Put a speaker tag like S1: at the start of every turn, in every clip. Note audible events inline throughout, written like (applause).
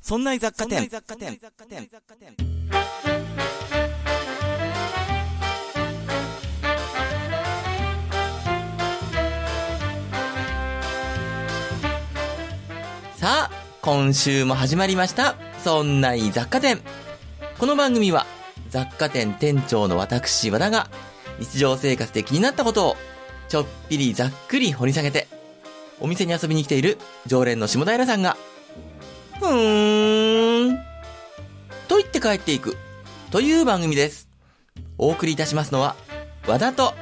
S1: そんな雑貨店さあ今週も始まりましたそんない雑貨店この番組は雑貨店店長の私和田が日常生活で気になったことをちょっぴりざっくり掘り下げてお店に遊びに来ている常連の下平さんがふーんと言って帰っていくという番組ですお送りいたしますのは和田と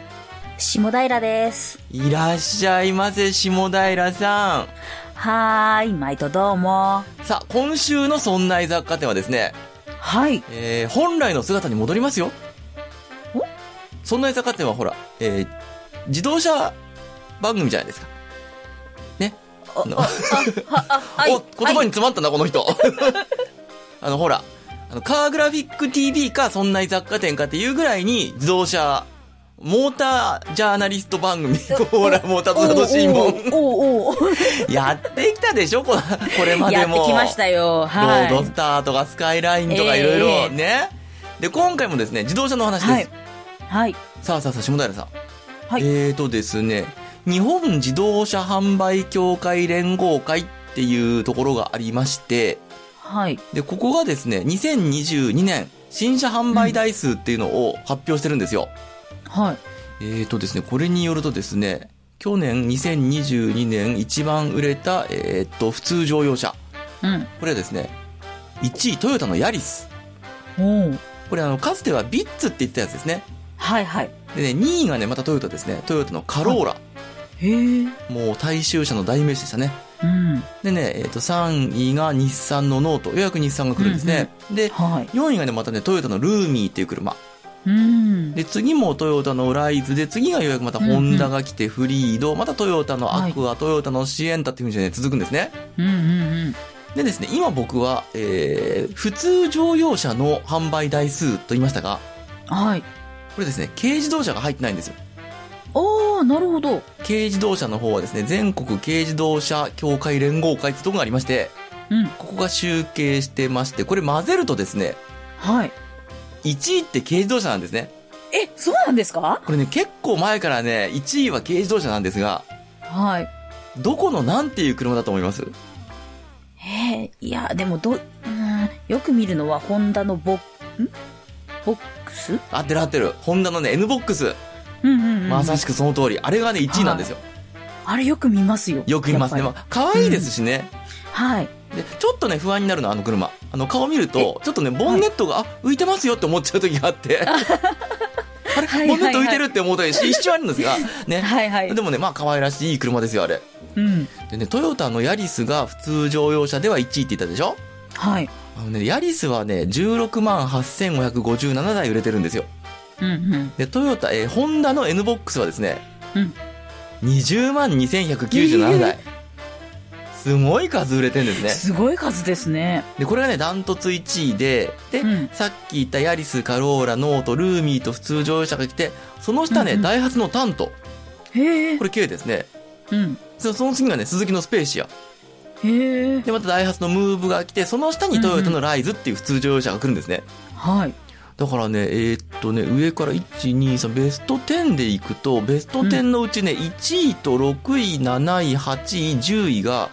S2: 下平です。
S1: いらっしゃいませ下平さん
S2: はーい、毎度どうも。
S1: さあ今週の「そんな雑貨店」はですね、
S2: はい。
S1: えー本来の姿に戻りますよ
S2: お
S1: そんな雑貨店はほら、えー自動車番組じゃないですかねあの
S2: は
S1: (laughs)
S2: い
S1: お、言葉に詰まったな、この人。 (laughs) あの、ほら、あの、カーグラフィック TV か、そんな雑貨店かっていうぐらいに、自動車、モータージャーナリスト番組、ほら、モーター
S2: (laughs) お
S1: ズの新聞。
S2: おおお
S1: やってきたでしょこのこれまで
S2: やっ
S1: も。
S2: てきましたよ。はい。
S1: ロードスターとかスカイラインとかいろい
S2: え
S1: ろ
S2: え
S1: ね。で、今回もですね、自動車の話です。
S2: はい。はい。
S1: さあさあさあ、下平さん。
S2: はい
S1: えーとですね、日本自動車販売協会連合会っていうところがありまして、
S2: はい。
S1: で、ここがですね、2022年、新車販売台数っていうのを発表してるんですよ。
S2: はい。
S1: えーとですね、これによるとですね、去年2022年一番売れた、えーっと、普通乗用車。
S2: うん。
S1: これはですね、1位トヨタのヤリス。
S2: おお。
S1: これあの、かつてはビッツって言ってたやつですね。
S2: はいはい。
S1: でね、2位がね、またトヨタですね。トヨタのカローラ。
S2: へえ。うん。
S1: もう大衆車の代名詞でしたね。でね、えーっと、3位が日産のノート。ようやく日産が来るんですね。で、
S2: はい。
S1: 4位がね、またね、トヨタのルーミーっていう車。
S2: うん。
S1: で、次もトヨタのライズで、次がようやくまたホンダが来て、フリード、またトヨタのアクア、トヨタのシエンタっていうふうにね、続くんですね。
S2: うんうん
S1: でですね、今僕は、えー、普通乗用車の販売台数と言いましたが、
S2: うん。はい。
S1: これですね、軽自動車が入ってないんですよ。
S2: おー、なるほど。
S1: 軽自動車の方はですね、全国軽自動車協会連合会ってとこがありまして、
S2: うん。
S1: ここが集計してまして、これ混ぜるとですね、
S2: はい。
S1: 1位って軽自動車なんですね。
S2: え、そうなんですか
S1: これね、結構前からね、1位は軽自動車なんですが、
S2: はい。
S1: どこのなんていう車だと思います
S2: えー、いや、でもど、うーん、よく見るのは、ホンダのボ、んボックス
S1: 合ってる合ってる。ホンダのね、NBOX。
S2: うんうんうん。
S1: まさしくその通り。あれがね、1位なんですよ。
S2: あれよく見ますよ。
S1: よく言いますね。
S2: やっ
S1: ま
S2: ぱ
S1: あ、可愛いですしね。
S2: りはい。
S1: で、ちょっとね、不安になるの、あの車。あの、顔見ると、ちょっとね、ボンネットが、あ、浮いてますよって思っちゃう時があ
S2: (laughs)
S1: って。あれ、
S2: はい
S1: ボンネット浮いてるって思うと一瞬あるんですが、ね。
S2: はいはい。
S1: でもね、まあ、可愛らしいいい車ですよ、あれ。
S2: うん。
S1: でね、トヨタのヤリスが普通乗用車では1位って言ったでしょ
S2: はい。
S1: あのね、ヤリスはね、16万8557台売れてるんですよ。
S2: うんうん。
S1: で、トヨタ、えーホンダの NBOX はですね、
S2: うん
S1: 20万2197台。すごい数売れてるんですね。
S2: すごい数ですね。
S1: で、これがね、ダントツ1位で、で、
S2: うん
S1: さっき言ったヤリス、カローラ、ノート、ルーミーと普通乗用車が来て、その下ね、
S2: うんうん
S1: ダイハツのタント。
S2: へえ
S1: こ。れ K ですね。
S2: うん。
S1: そその次がね、鈴木のスペーシア。
S2: へえ。
S1: で、またダイハツのムーブが来て、その下にトヨタのライズっていう普通乗用車が来るんですね。
S2: はい。
S1: だからね、えーっとね、上から1、2、3、ベスト10でいくと、ベスト10のうちね、1位と6位、7位、8位、10位が、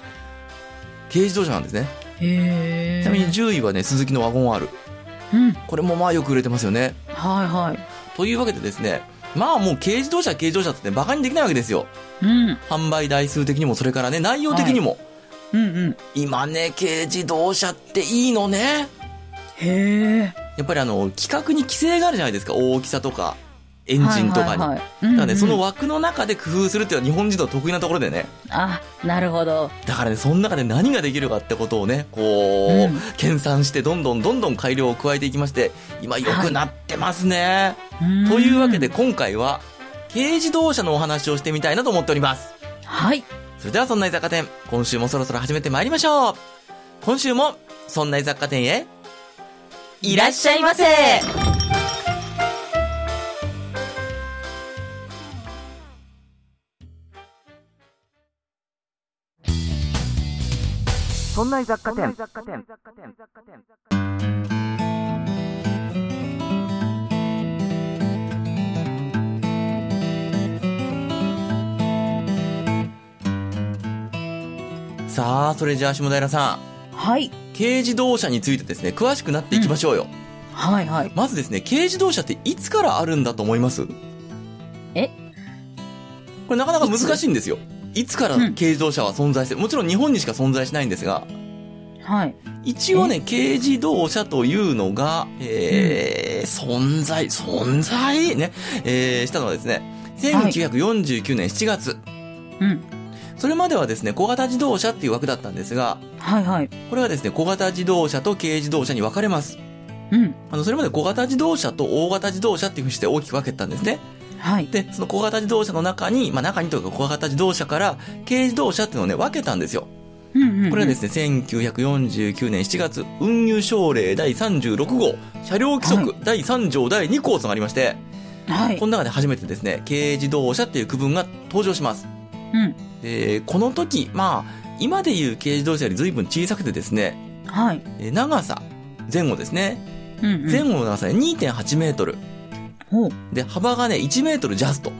S1: 軽自動車なんですね。
S2: へえ。
S1: ちなみに10位はね、鈴木のワゴン R。
S2: うん。
S1: これもまあよく売れてますよね。
S2: はいはい。
S1: というわけでですね、まあもう軽自動車、軽自動車ってね、馬鹿にできないわけですよ。
S2: うん。
S1: 販売台数的にも、それからね、内容的にも。
S2: うんうん。
S1: 今ね、軽自動車っていいのね。
S2: へえ。
S1: やっぱりあの、規格に規制があるじゃないですか。大きさとか、エンジンとかに。
S2: はいはいはいうん
S1: だ
S2: うん
S1: からね、その枠の中で工夫するっていうのは日本人の得意なところでね。
S2: あ、なるほど。
S1: だからね、その中で何ができるかってことをね、こう、
S2: うん
S1: 研鑽して、どんどんどんどん改良を加えていきまして、今良くなってますね。
S2: うん
S1: というわけで。今回は、軽自動車のお話をしてみたいなと思っております。
S2: はい。
S1: それではそんな居雑貨店、今週もそろそろ始めてまいりましょう。今週も、そんな居雑貨店へ、いらっしゃいませそんな雑貨店さあそれじゃあ下平さん
S2: はい。
S1: 軽自動車についてですね詳しくなっていきましょうよ、
S2: はいはい。
S1: まずですね軽自動車っていつからあるんだと思います
S2: え
S1: これなかなか難しいんですよいつから
S2: うん
S1: 軽自動車は存在してるもちろん日本にしか存在しないんですが
S2: はい。
S1: 一応ね、軽自動車というのが、えー存在、存在ね、えーしたのはですね、
S2: はい
S1: 1949年7月、
S2: うん。
S1: それまではですね、小型自動車っていう枠だったんですが、
S2: はいはい。
S1: これはですね、小型自動車と軽自動車に分かれます。
S2: うん。
S1: あの、それまで小型自動車と大型自動車っていうふうにして大きく分けたんですね。
S2: はい。
S1: で、その小型自動車の中に、まあ中にというか小型自動車から軽自動車っていうのをね、分けたんですよ。
S2: うんうんうん。
S1: これはですね、1949年7月、運輸省令第36号、車両規則第3条第2項となりまして、
S2: はい
S1: こ。の中で初めてですね、軽自動車っていう区分が登場します。
S2: うん。
S1: で、この時、まあ、今でいう軽自動車より随分小さくてですね、
S2: はい。
S1: えー長さ、前後ですね。
S2: うんうん。
S1: 前後の長さね2.8メートル。
S2: ほう。
S1: で、幅がね、1メートルジャスト。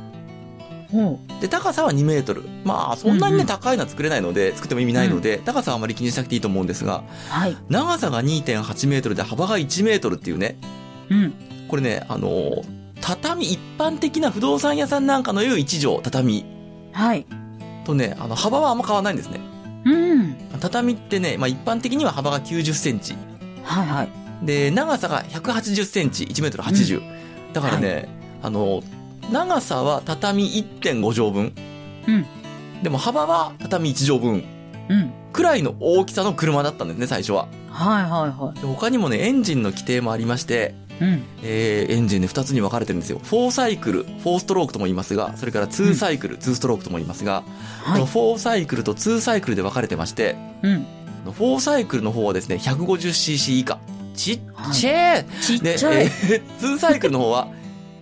S2: ほ
S1: で、高さは2メートル。まあ、そんなに
S2: うん
S1: ね、
S2: うん
S1: 高いのは作れないので、作っても意味ないので、高さはあまり気にしなくていいと思うんですが、
S2: う。はい。
S1: 長さが2.8メートルで幅が1メートルっていうね、
S2: うん。
S1: これね、あのー畳、一般的な不動産屋さんなんかのいう一畳、畳
S2: はい。
S1: とね、あの、幅はあんま変わらないんですね。
S2: うん。
S1: 畳ってね、まあ一般的には幅が90センチ。
S2: はいはい。
S1: で、長さが180センチ、1メートル80。だからね、あのー長さは畳1.5畳分。
S2: うん。
S1: でも幅は畳1畳分。
S2: うん。
S1: くらいの大きさの車だったんですね、最初は。
S2: はいはいは
S1: で他にもね、エンジンの規定もありまして、
S2: い。うん。
S1: えーエンジンで2つに分かれてるんですよ。4サイクル、4ストロークとも言いますが、それから2サイクル、2ストロークとも言いますが、こ
S2: は
S1: の
S2: い。
S1: 4サイクルと2サイクルで分かれてまして、
S2: うん。
S1: 4サイクルの方はですね、150cc 以下。ちっちゃい、
S2: ち
S1: で、え
S2: っちゃい。
S1: 2サイクルの方は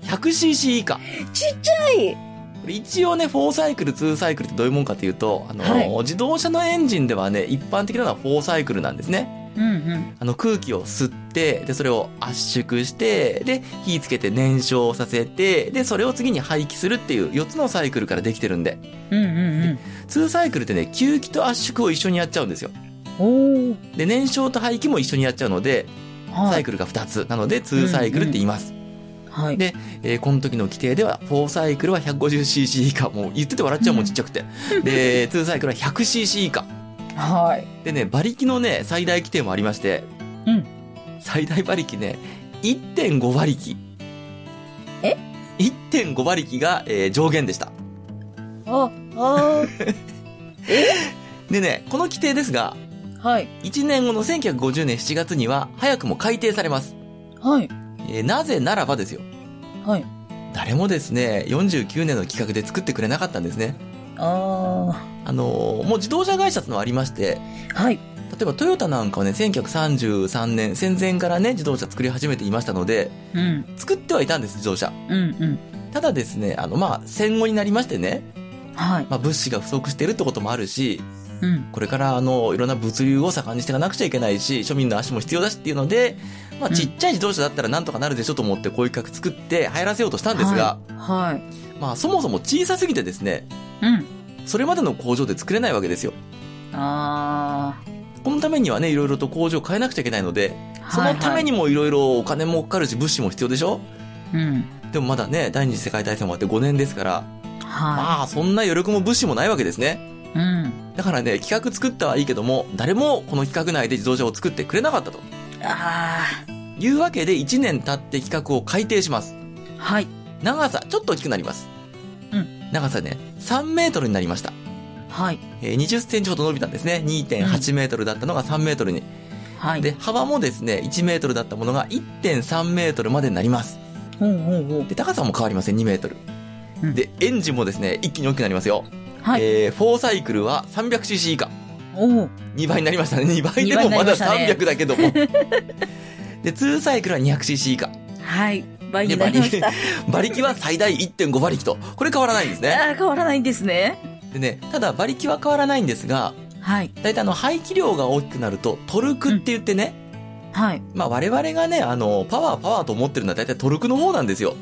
S1: 100cc 以下。
S2: ちっちゃい。
S1: これ一応ね、4サイクル、2サイクルってどういうもんかというと、あのー
S2: はい
S1: 自動車のエンジンではね、一般的なのは4サイクルなんですね。
S2: うんうん。
S1: あの空気を吸って、で、それを圧縮して、で、火つけて燃焼させて、で、それを次に廃棄するっていう4つのサイクルからできてるんで、
S2: うんうん
S1: 2サイクルってね、吸気と圧縮を一緒にやっちゃうんですよ。
S2: うん。おー。
S1: で、燃焼と廃棄も一緒にやっちゃうので、サ
S2: は
S1: イ
S2: い。
S1: クルが2つ。なので、2サイクルって言います。
S2: はい。
S1: でえーこの時の規定では、4サイクルは 150cc 以下。もう言ってて笑っちゃうもんちっちゃくて。で、2サイクルは 100cc 以下。
S2: はい。
S1: でね、馬力のね、最大規定もありまして、
S2: うん
S1: 最大馬力ね、1.5馬力。
S2: え
S1: ?1.5 馬力が、えー上限でした。
S2: あ、あ
S1: でね、この規定ですが、
S2: ー。はい。
S1: 1年後の1950年7月には、早くも改定されます。
S2: はい。
S1: えーなぜならばですよ。
S2: はい。
S1: 誰もですね、49年の企画で作ってくれなかったんですね。
S2: あ
S1: あのーもう自動車会社ってのはありまして、
S2: ー。はい。
S1: 例えばトヨタなんかはね、1933年、戦前からね、自動車作り始めていましたので、
S2: うん。
S1: 作ってはいたんです、自動車。
S2: うん
S1: ただですね、あの、まあ、戦後になりましてね、
S2: うん。はい。
S1: まあ、物資が不足してるってこともあるし、
S2: うん。
S1: これから、あの、いろんな物流を盛んにしていかなくちゃいけないし、庶民の足も必要だしっていうので、まあ、
S2: うん
S1: ちっちゃい自動車だったらなんとかなるでしょと思って、こういう企画作って入らせようとしたんですが、
S2: はい。
S1: まあ、そもそも小さすぎてですね、
S2: うん。
S1: それまでの工場で作れないわけですよ。
S2: あ
S1: このためにはね、いろいろと工場を変えなくちゃいけないので、
S2: ー。
S1: そのため
S2: に。
S1: にもいろいろお金もかかるし、物資も必要でしょ
S2: うん。
S1: でもまだね、第二次世界大戦終わって5年ですから、
S2: は
S1: まあ、そんな余力も物資もないわけですね。
S2: い。うん。
S1: だからね、企画作ったはいいけども、誰もこの企画内で自動車を作ってくれなかったと。
S2: あ
S1: いうわけで1年経って企画を改定します。
S2: ー。はい。
S1: 長さ、ちょっと大きくなります。
S2: うん。
S1: 長さね、3メートルになりました。
S2: はい。
S1: えー20センチほど伸びたんですね。2.8メートルだったのが3メートルに。
S2: はい。
S1: で、、幅もですね、1メートルだったものが1.3メートルまでになります。
S2: ほうほうほう。
S1: で、高さも変わりません、2メートル
S2: う。ん
S1: で、エンジンもですね、一気に大きくなりますよ。
S2: はい。
S1: えー、4サイクルは 300cc 以下。
S2: おー。
S1: 2倍になりましたね。2倍で
S2: 2倍
S1: も
S2: にな
S1: まだ
S2: りましたね
S1: 300だけども。 (laughs) で、2サイクルは 200cc 以下。
S2: はい。倍
S1: で、
S2: にな
S1: 馬
S2: りまし
S1: 力 (laughs)
S2: た。、
S1: 馬力は最大1.5馬力と。これ変わらないんですね。
S2: あー変わらないんですね。
S1: でね、ただ馬力は変わらないんですが、
S2: はい。
S1: 大体あの排気量が大きくなるとトルクって言ってね、
S2: はい。
S1: まあ我々がね、あの、パワーパワーと思ってるのは大体トルクの方なんですよ。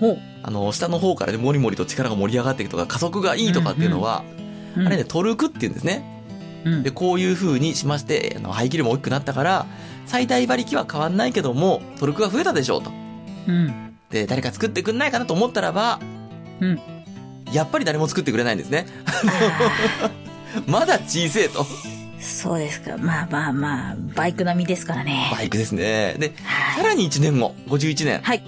S2: ほう。
S1: あの、下の方からね、もりもりと力が盛り上がっていくとか、加速がいいとかっていうのは、
S2: うん
S1: あれね、トルクって言うんですね。
S2: うん
S1: で、こういう風にしまして、あの排気量も大きくなったから、最大馬力は変わんないけども、トルクが増えたでしょうと。
S2: うん。
S1: で、誰か作ってくんないかなと思ったらば、
S2: うん
S1: やっぱり誰も作ってくれないんですね。
S2: あ
S1: まだ小せえと。
S2: ーそうですか。まあまあまあ、バイク並みですからね。
S1: バイクですね。で、
S2: は
S1: さ
S2: い。
S1: らに1年後、51年。
S2: はい。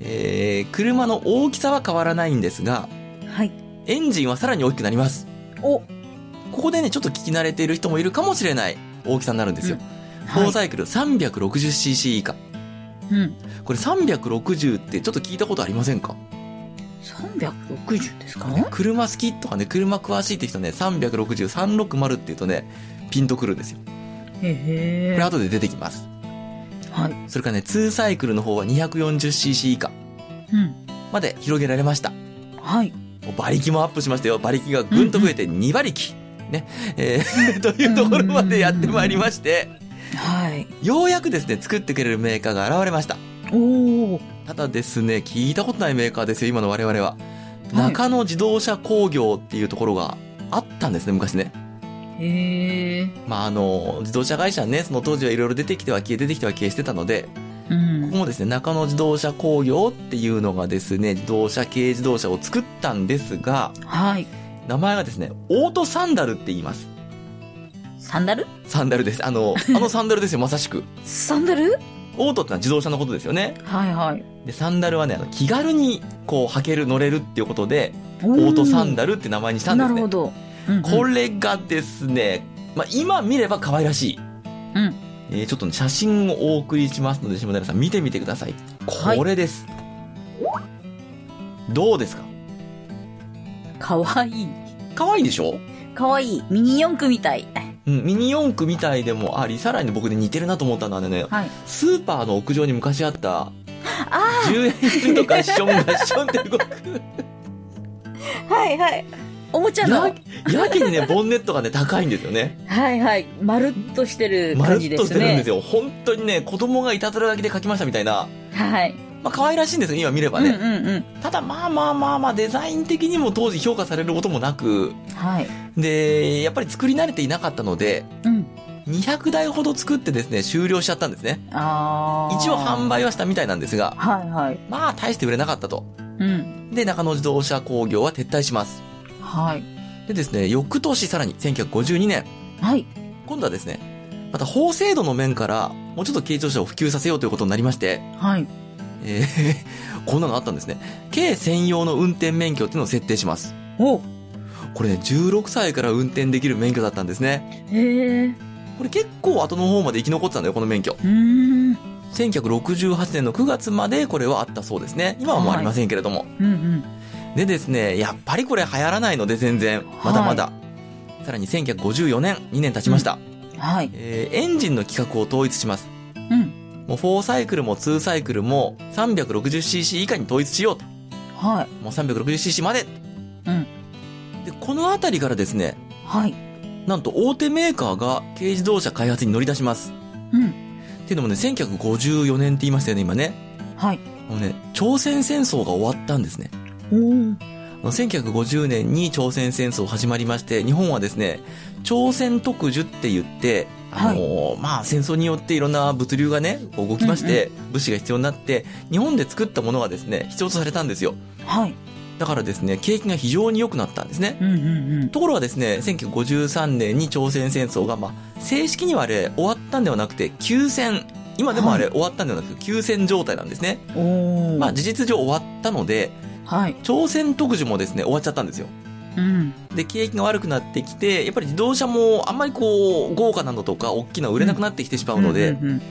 S1: えー、車の大きさは変わらないんですが、
S2: はい。
S1: エンジンはさらに大きくなります。
S2: お、は
S1: ここでね、ちょっと聞き慣れている人もいるかもしれない大きさになるんですよ。フォー
S2: い。
S1: サイクル 360cc 以下。
S2: うん。
S1: これ360ってちょっと聞いたことありませんか
S2: 360ですか
S1: 車好きとかね、車詳しいって人ね、360、360って言うとね、ピンとくるんですよ。こ
S2: へ
S1: れ
S2: え。
S1: 後で出てきます。
S2: はい。
S1: それからね、2サイクルの方は 240cc 以下
S2: うん。
S1: まで広げられました。
S2: はい。
S1: もう馬力もアップしましたよ。馬力がぐんと増えて2馬力。ね。えー (laughs) というところまでやってまいりまして、
S2: はい。
S1: ようやくですね、作ってくれるメーカーが現れました。
S2: おお。
S1: ただですね、聞いたことないメーカーですよ、今の我々は。
S2: い
S1: 中野自動車工業っていうところがあったんですね、昔ね。
S2: へえ。
S1: まあ、あの、自動車会社ね、その当時はいろいろ出てきては消え、出てきては消えしてたので、
S2: う
S1: こ
S2: ん。
S1: こもですね、中野自動車工業っていうのがですね、自動車、軽自動車を作ったんですが、
S2: はい。
S1: 名前がですね、オートサンダルって言います。
S2: サンダル
S1: サンダルです。あ
S2: (laughs)
S1: の、あのサンダルですよ、まさしく。
S2: サンダル
S1: オートってのは自動車のことですよね。
S2: はいはい。
S1: で、サンダルはね、あの気軽に、こう、履ける、乗れるっていうことで、
S2: オ
S1: オートサン
S2: ダ
S1: ダルって名前にしたんです
S2: なる
S1: ね
S2: ほ。ど。うんうん
S1: これがですね、まあ、今見れば可愛らしい。
S2: うん
S1: えーちょっとね、写真をお送りしますので、下平さん見てみてください。
S2: はい
S1: これです。どうですか
S2: かわいい。
S1: 可愛いでしょ
S2: かわいい。ミニ四駆みたい。
S1: うん、ミニ四駆みたいでもあり、さらに僕で似てるなと思ったのはね、
S2: はい。
S1: スーパーの屋上に昔あった、
S2: あ
S1: 10円するとガッションガッションって動く。
S2: はいはい。おもちゃの。
S1: や
S2: は、
S1: やけにね、ボンネットがね、高いんですよね。
S2: いはい。まるっとしてる
S1: まる
S2: 感じ
S1: っ
S2: で
S1: と
S2: すね。
S1: してるんですよ。本当にね、子供がいたずら書きで書きましたみたいな。
S2: はい。
S1: まあ、可愛らしいんですよ、今見ればね。
S2: うんうんうん。
S1: ただまあまあまあまあデザイン的にも当時評価されることもなく、
S2: はい。
S1: で、やっぱり作り慣れていなかったので、
S2: うん。
S1: 200台ほど作ってですね、終了しちゃったんですね。
S2: ああ。
S1: 一応販
S2: 売。
S1: 売はしたみたいなんですが、
S2: はいはい。
S1: まあ大して売れなかったと。
S2: うん。
S1: で、中野自動車工業は撤退します。
S2: はい。
S1: でですね、翌年さらに1952年、
S2: はい。
S1: 今度はですね、また法制度の面から、もうちょっと軽自動車を普及させようということになりまして、
S2: はい。
S1: えー (laughs) こんなのあったんですね。軽専用の運転免許っていうのを設定します。
S2: お
S1: これね、16歳から運転できる免許だったんですね。
S2: へえ。う
S1: これ結構後の方まで生き残ってたんだよ、この免許。
S2: ーん。
S1: 1968年の9月までこれはあったそうですね。今はもうありませんけれども。
S2: うんうん。
S1: でですね、やっぱりこれ流行らないので全然、まだまだ。さらに1954年、2年経ちました。
S2: はい。
S1: えーエンジンの規格を統一します。
S2: うん。
S1: もう4サイクルも2サイクルも 360cc 以下に統一しようと。
S2: はい。
S1: もう 360cc まで。
S2: うん。
S1: で、このあたりからですね、
S2: はい。
S1: なんと大手メーカーが軽自動車開発に乗り出します。
S2: うん。
S1: っていうのもね、1954年って言いましたよね、今ね。
S2: はい。
S1: あのね、朝鮮戦争が終わったんですね。
S2: おー
S1: あの1950年に朝鮮戦争始まりまして、日本はですね、朝鮮特需って言って、あのーまあ戦争によっていろんな物流がね、こう動きまして、物資が必要になって、日本で作ったものがですね、必要とされたんですよ。
S2: はい。
S1: だからですね、景気が非常に良くなったんですね。
S2: うんうんうん。
S1: ところがですね、1953年に朝鮮戦争が、まあ、正式にはあれ終わったんではなくて、休戦、今でもあれ終わったんではなくて、休戦状態なんですね。
S2: おー
S1: まあ、事実上終わったので、
S2: はい。
S1: 朝鮮特需もですね、終わっちゃったんですよ。
S2: うん。
S1: で、景気が悪くなってきて、やっぱり自動車もあんまりこう、豪華なのとか、大きなの売れなくなってきてしまうので、
S2: うんうん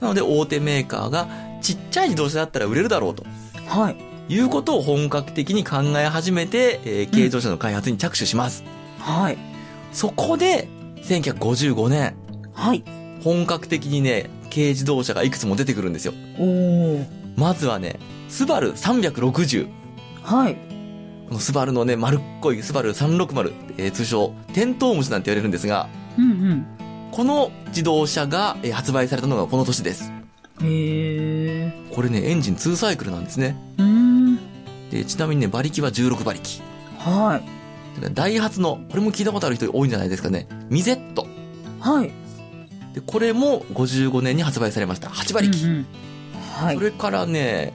S1: なので大手メーカーが、ちっちゃい自動車だったら売れるだろうと。
S2: うんはい。
S1: いうことを本格的に考え始めて、えー軽自動車の開発に着手します。
S2: はい。
S1: そこで、1955年、
S2: はい。
S1: 本格的にね、軽自動車がいくつも出てくるんですよ。
S2: おー
S1: まずはね、スバル360。
S2: はい。
S1: このスバルのね、丸っこいスバル360、えー通称、テントウムシなんて言われるんですが、
S2: うん
S1: この自動車が、えー発売されたのがこの年です。
S2: うん。へえ。
S1: これね、エンジン2サイクルなんですね。
S2: うーん。
S1: で、ちなみにね、馬力は16馬力。
S2: は
S1: ダイハツの、これも聞いたことある人多いんじゃないですかね。ミゼット。
S2: い。はい。
S1: で、これも55年に発売されました。8馬力。
S2: うんうんはい
S1: そ。れからね、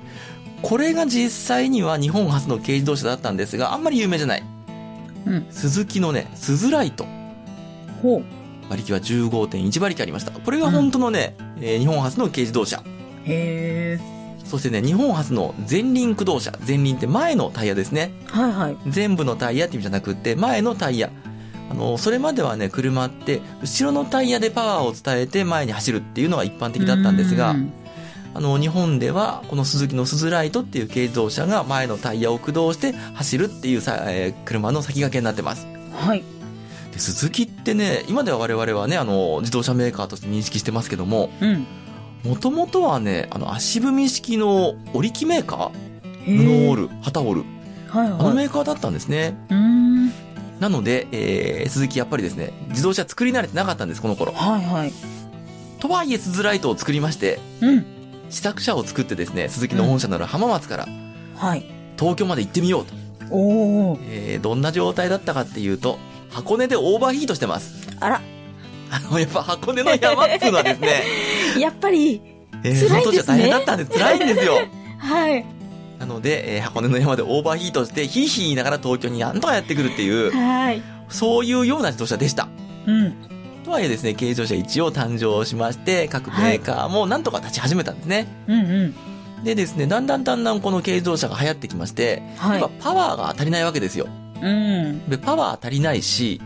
S1: これが実際には日本初の軽自動車だったんですが、あんまり有名じゃない。
S2: うん
S1: 鈴木のね、スズライト。
S2: ほう。
S1: 馬力は15.1馬力ありました。これが本当のね、えー日本初の軽自動車。
S2: へえ。
S1: そしてね、日本初の前輪駆動車。前輪って前のタイヤですね。
S2: はいはい。
S1: 全部のタイヤって意味じゃなくって、前のタイヤ。あの、それまではね、車って、後ろのタイヤでパワーを伝えて前に走るっていうのが一般的だったんですが
S2: う、ん
S1: あの、日本では、この鈴木のスズライトっていう軽自動車が前のタイヤを駆動して走るっていうさ、えー車の先駆けになってます。
S2: はい。
S1: で、鈴木ってね、今では我々はね、あの、自動車メーカーとして認識してますけども、
S2: うん。
S1: もともとはね、あの、足踏み式の織り機メーカー
S2: へ
S1: 布
S2: え
S1: 織る、旗織る、
S2: はい
S1: あの
S2: はい。
S1: メーカーだったんですね。
S2: うーん。
S1: なので、えー、鈴木やっぱりですね、自動車作り慣れてなかったんです、この頃。
S2: はいはい。
S1: とはいえ、スズライトを作りまして、
S2: うん。
S1: 試作車を作ってですね、鈴木の本社のある浜松から
S2: はい。
S1: 東京まで行ってみようと。
S2: おお。
S1: えーどんな状態だったかっていうと、箱根でオーバーヒートしてます。 (laughs)
S2: あら。
S1: あの、やっぱ箱根の山っていうのはです
S2: (laughs)
S1: ね、
S2: やっぱり。
S1: えー
S2: 辛いですね
S1: その当時は大変だったんで辛いんですよ。
S2: はい。
S1: なので、えー箱根の山でオーバーヒートして、ヒーヒー言いながら東京になんとかやってくるっていう、
S2: はい。
S1: そういうような自動車でした。
S2: うん。
S1: とはいえですね、軽自動車一応誕生しまして、各メーカーもなんとか立ち始めたんですね。
S2: うんうん。
S1: でですね、だんだんだんだんこの軽自動車が流行ってきまして、
S2: は
S1: やっ
S2: い。
S1: ぱパワーが足りないわけですよ。
S2: うん。
S1: で、パワー足りないし、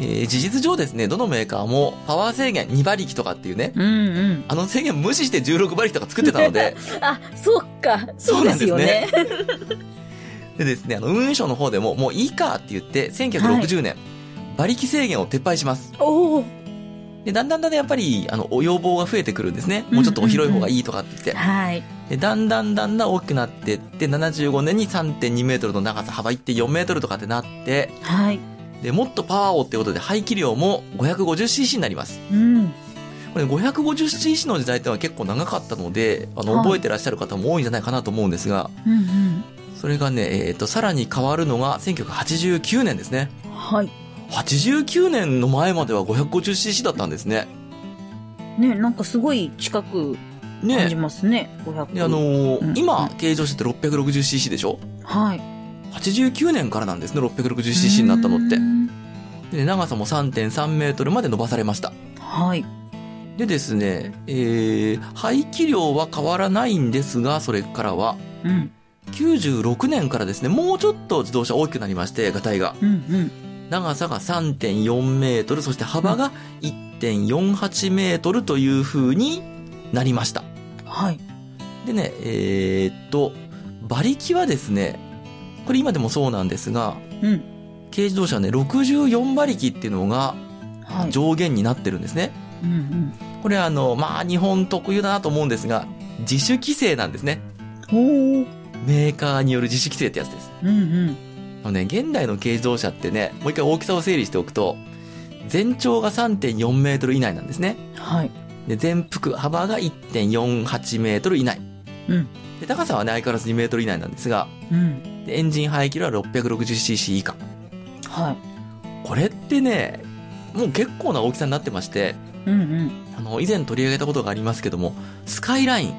S1: えー事実上ですね、どのメーカーもパワー制限2馬力とかっていうね、
S2: うんうん。
S1: あの制限無視して16馬力とか作ってたの
S2: (laughs)
S1: で、
S2: あ、そっか。
S1: そ
S2: そうう
S1: な
S2: で
S1: んで
S2: す
S1: すね
S2: よ (laughs) ね。
S1: でですね、あの、運輸省の方でも、もういいかって言って、1960年、馬力制限を撤廃します。
S2: おお。
S1: で、だんだんだんだんやっぱり、あの、お要望が増えてくるんですね。もうちょっと広い方がいいとかって言って。
S2: はい。
S1: で、だんだんだんだん大きくなってって、75年に3.2メートルの長さ、幅いって4メートルとかってなって、
S2: はい。
S1: で、もっとパワーをってことで排気量も 550cc になります。
S2: うん。
S1: これ 550cc の時代ってのは結構長かったので、あの、
S2: はい
S1: 覚えてらっしゃる方も多いんじゃないかなと思うんですが、
S2: うん
S1: それがね、えっ、と、さらに変わるのが1989年ですね。
S2: うん。はい。
S1: 89年の前までは 550cc だったんですね。
S2: ね、なんかすごい近く感
S1: ね
S2: じますね。500。
S1: で、あのー
S2: うん
S1: 今、計上してて 660cc でしょ
S2: はい。
S1: 89年からなんですね、660cc になったのって
S2: う。ん
S1: で、長さも3.3メートルまで伸ばされました。
S2: はい。
S1: でですね、えー、排気量は変わらないんですが、それからは、
S2: うん。
S1: 96年からですね、もうちょっと自動車大きくなりまして、ガタイが。
S2: うん
S1: 長さが3.4メートル、そして幅が1.48メートルという風になりました。
S2: うん。はい。
S1: でね、えーっと、馬力はですね、これ今でもそうなんですが、
S2: うん。
S1: 軽自動車はね、64馬力っていうのが
S2: はい。
S1: 上限になってるんですね。
S2: うん
S1: これはあの、まあ日本特有だなと思うんですが、自主規制なんですね。
S2: うん。おお。
S1: メーカーによる自主規制ってやつです。
S2: うんうん。
S1: あのね、現代の軽自動車ってね、もう一回大きさを整理しておくと、全長が3.4メートル以内なんですね。
S2: はい。
S1: で、全幅幅が1.48メートル以内。
S2: うん。
S1: で、高さはね、相変わらず2メートル以内なんですが、
S2: うん。
S1: でエンジン排気量は 660cc 以下。
S2: はい。
S1: これってね、もう結構な大きさになってまして、
S2: うんうん。
S1: あの、以前取り上げたことがありますけども、スカイライン。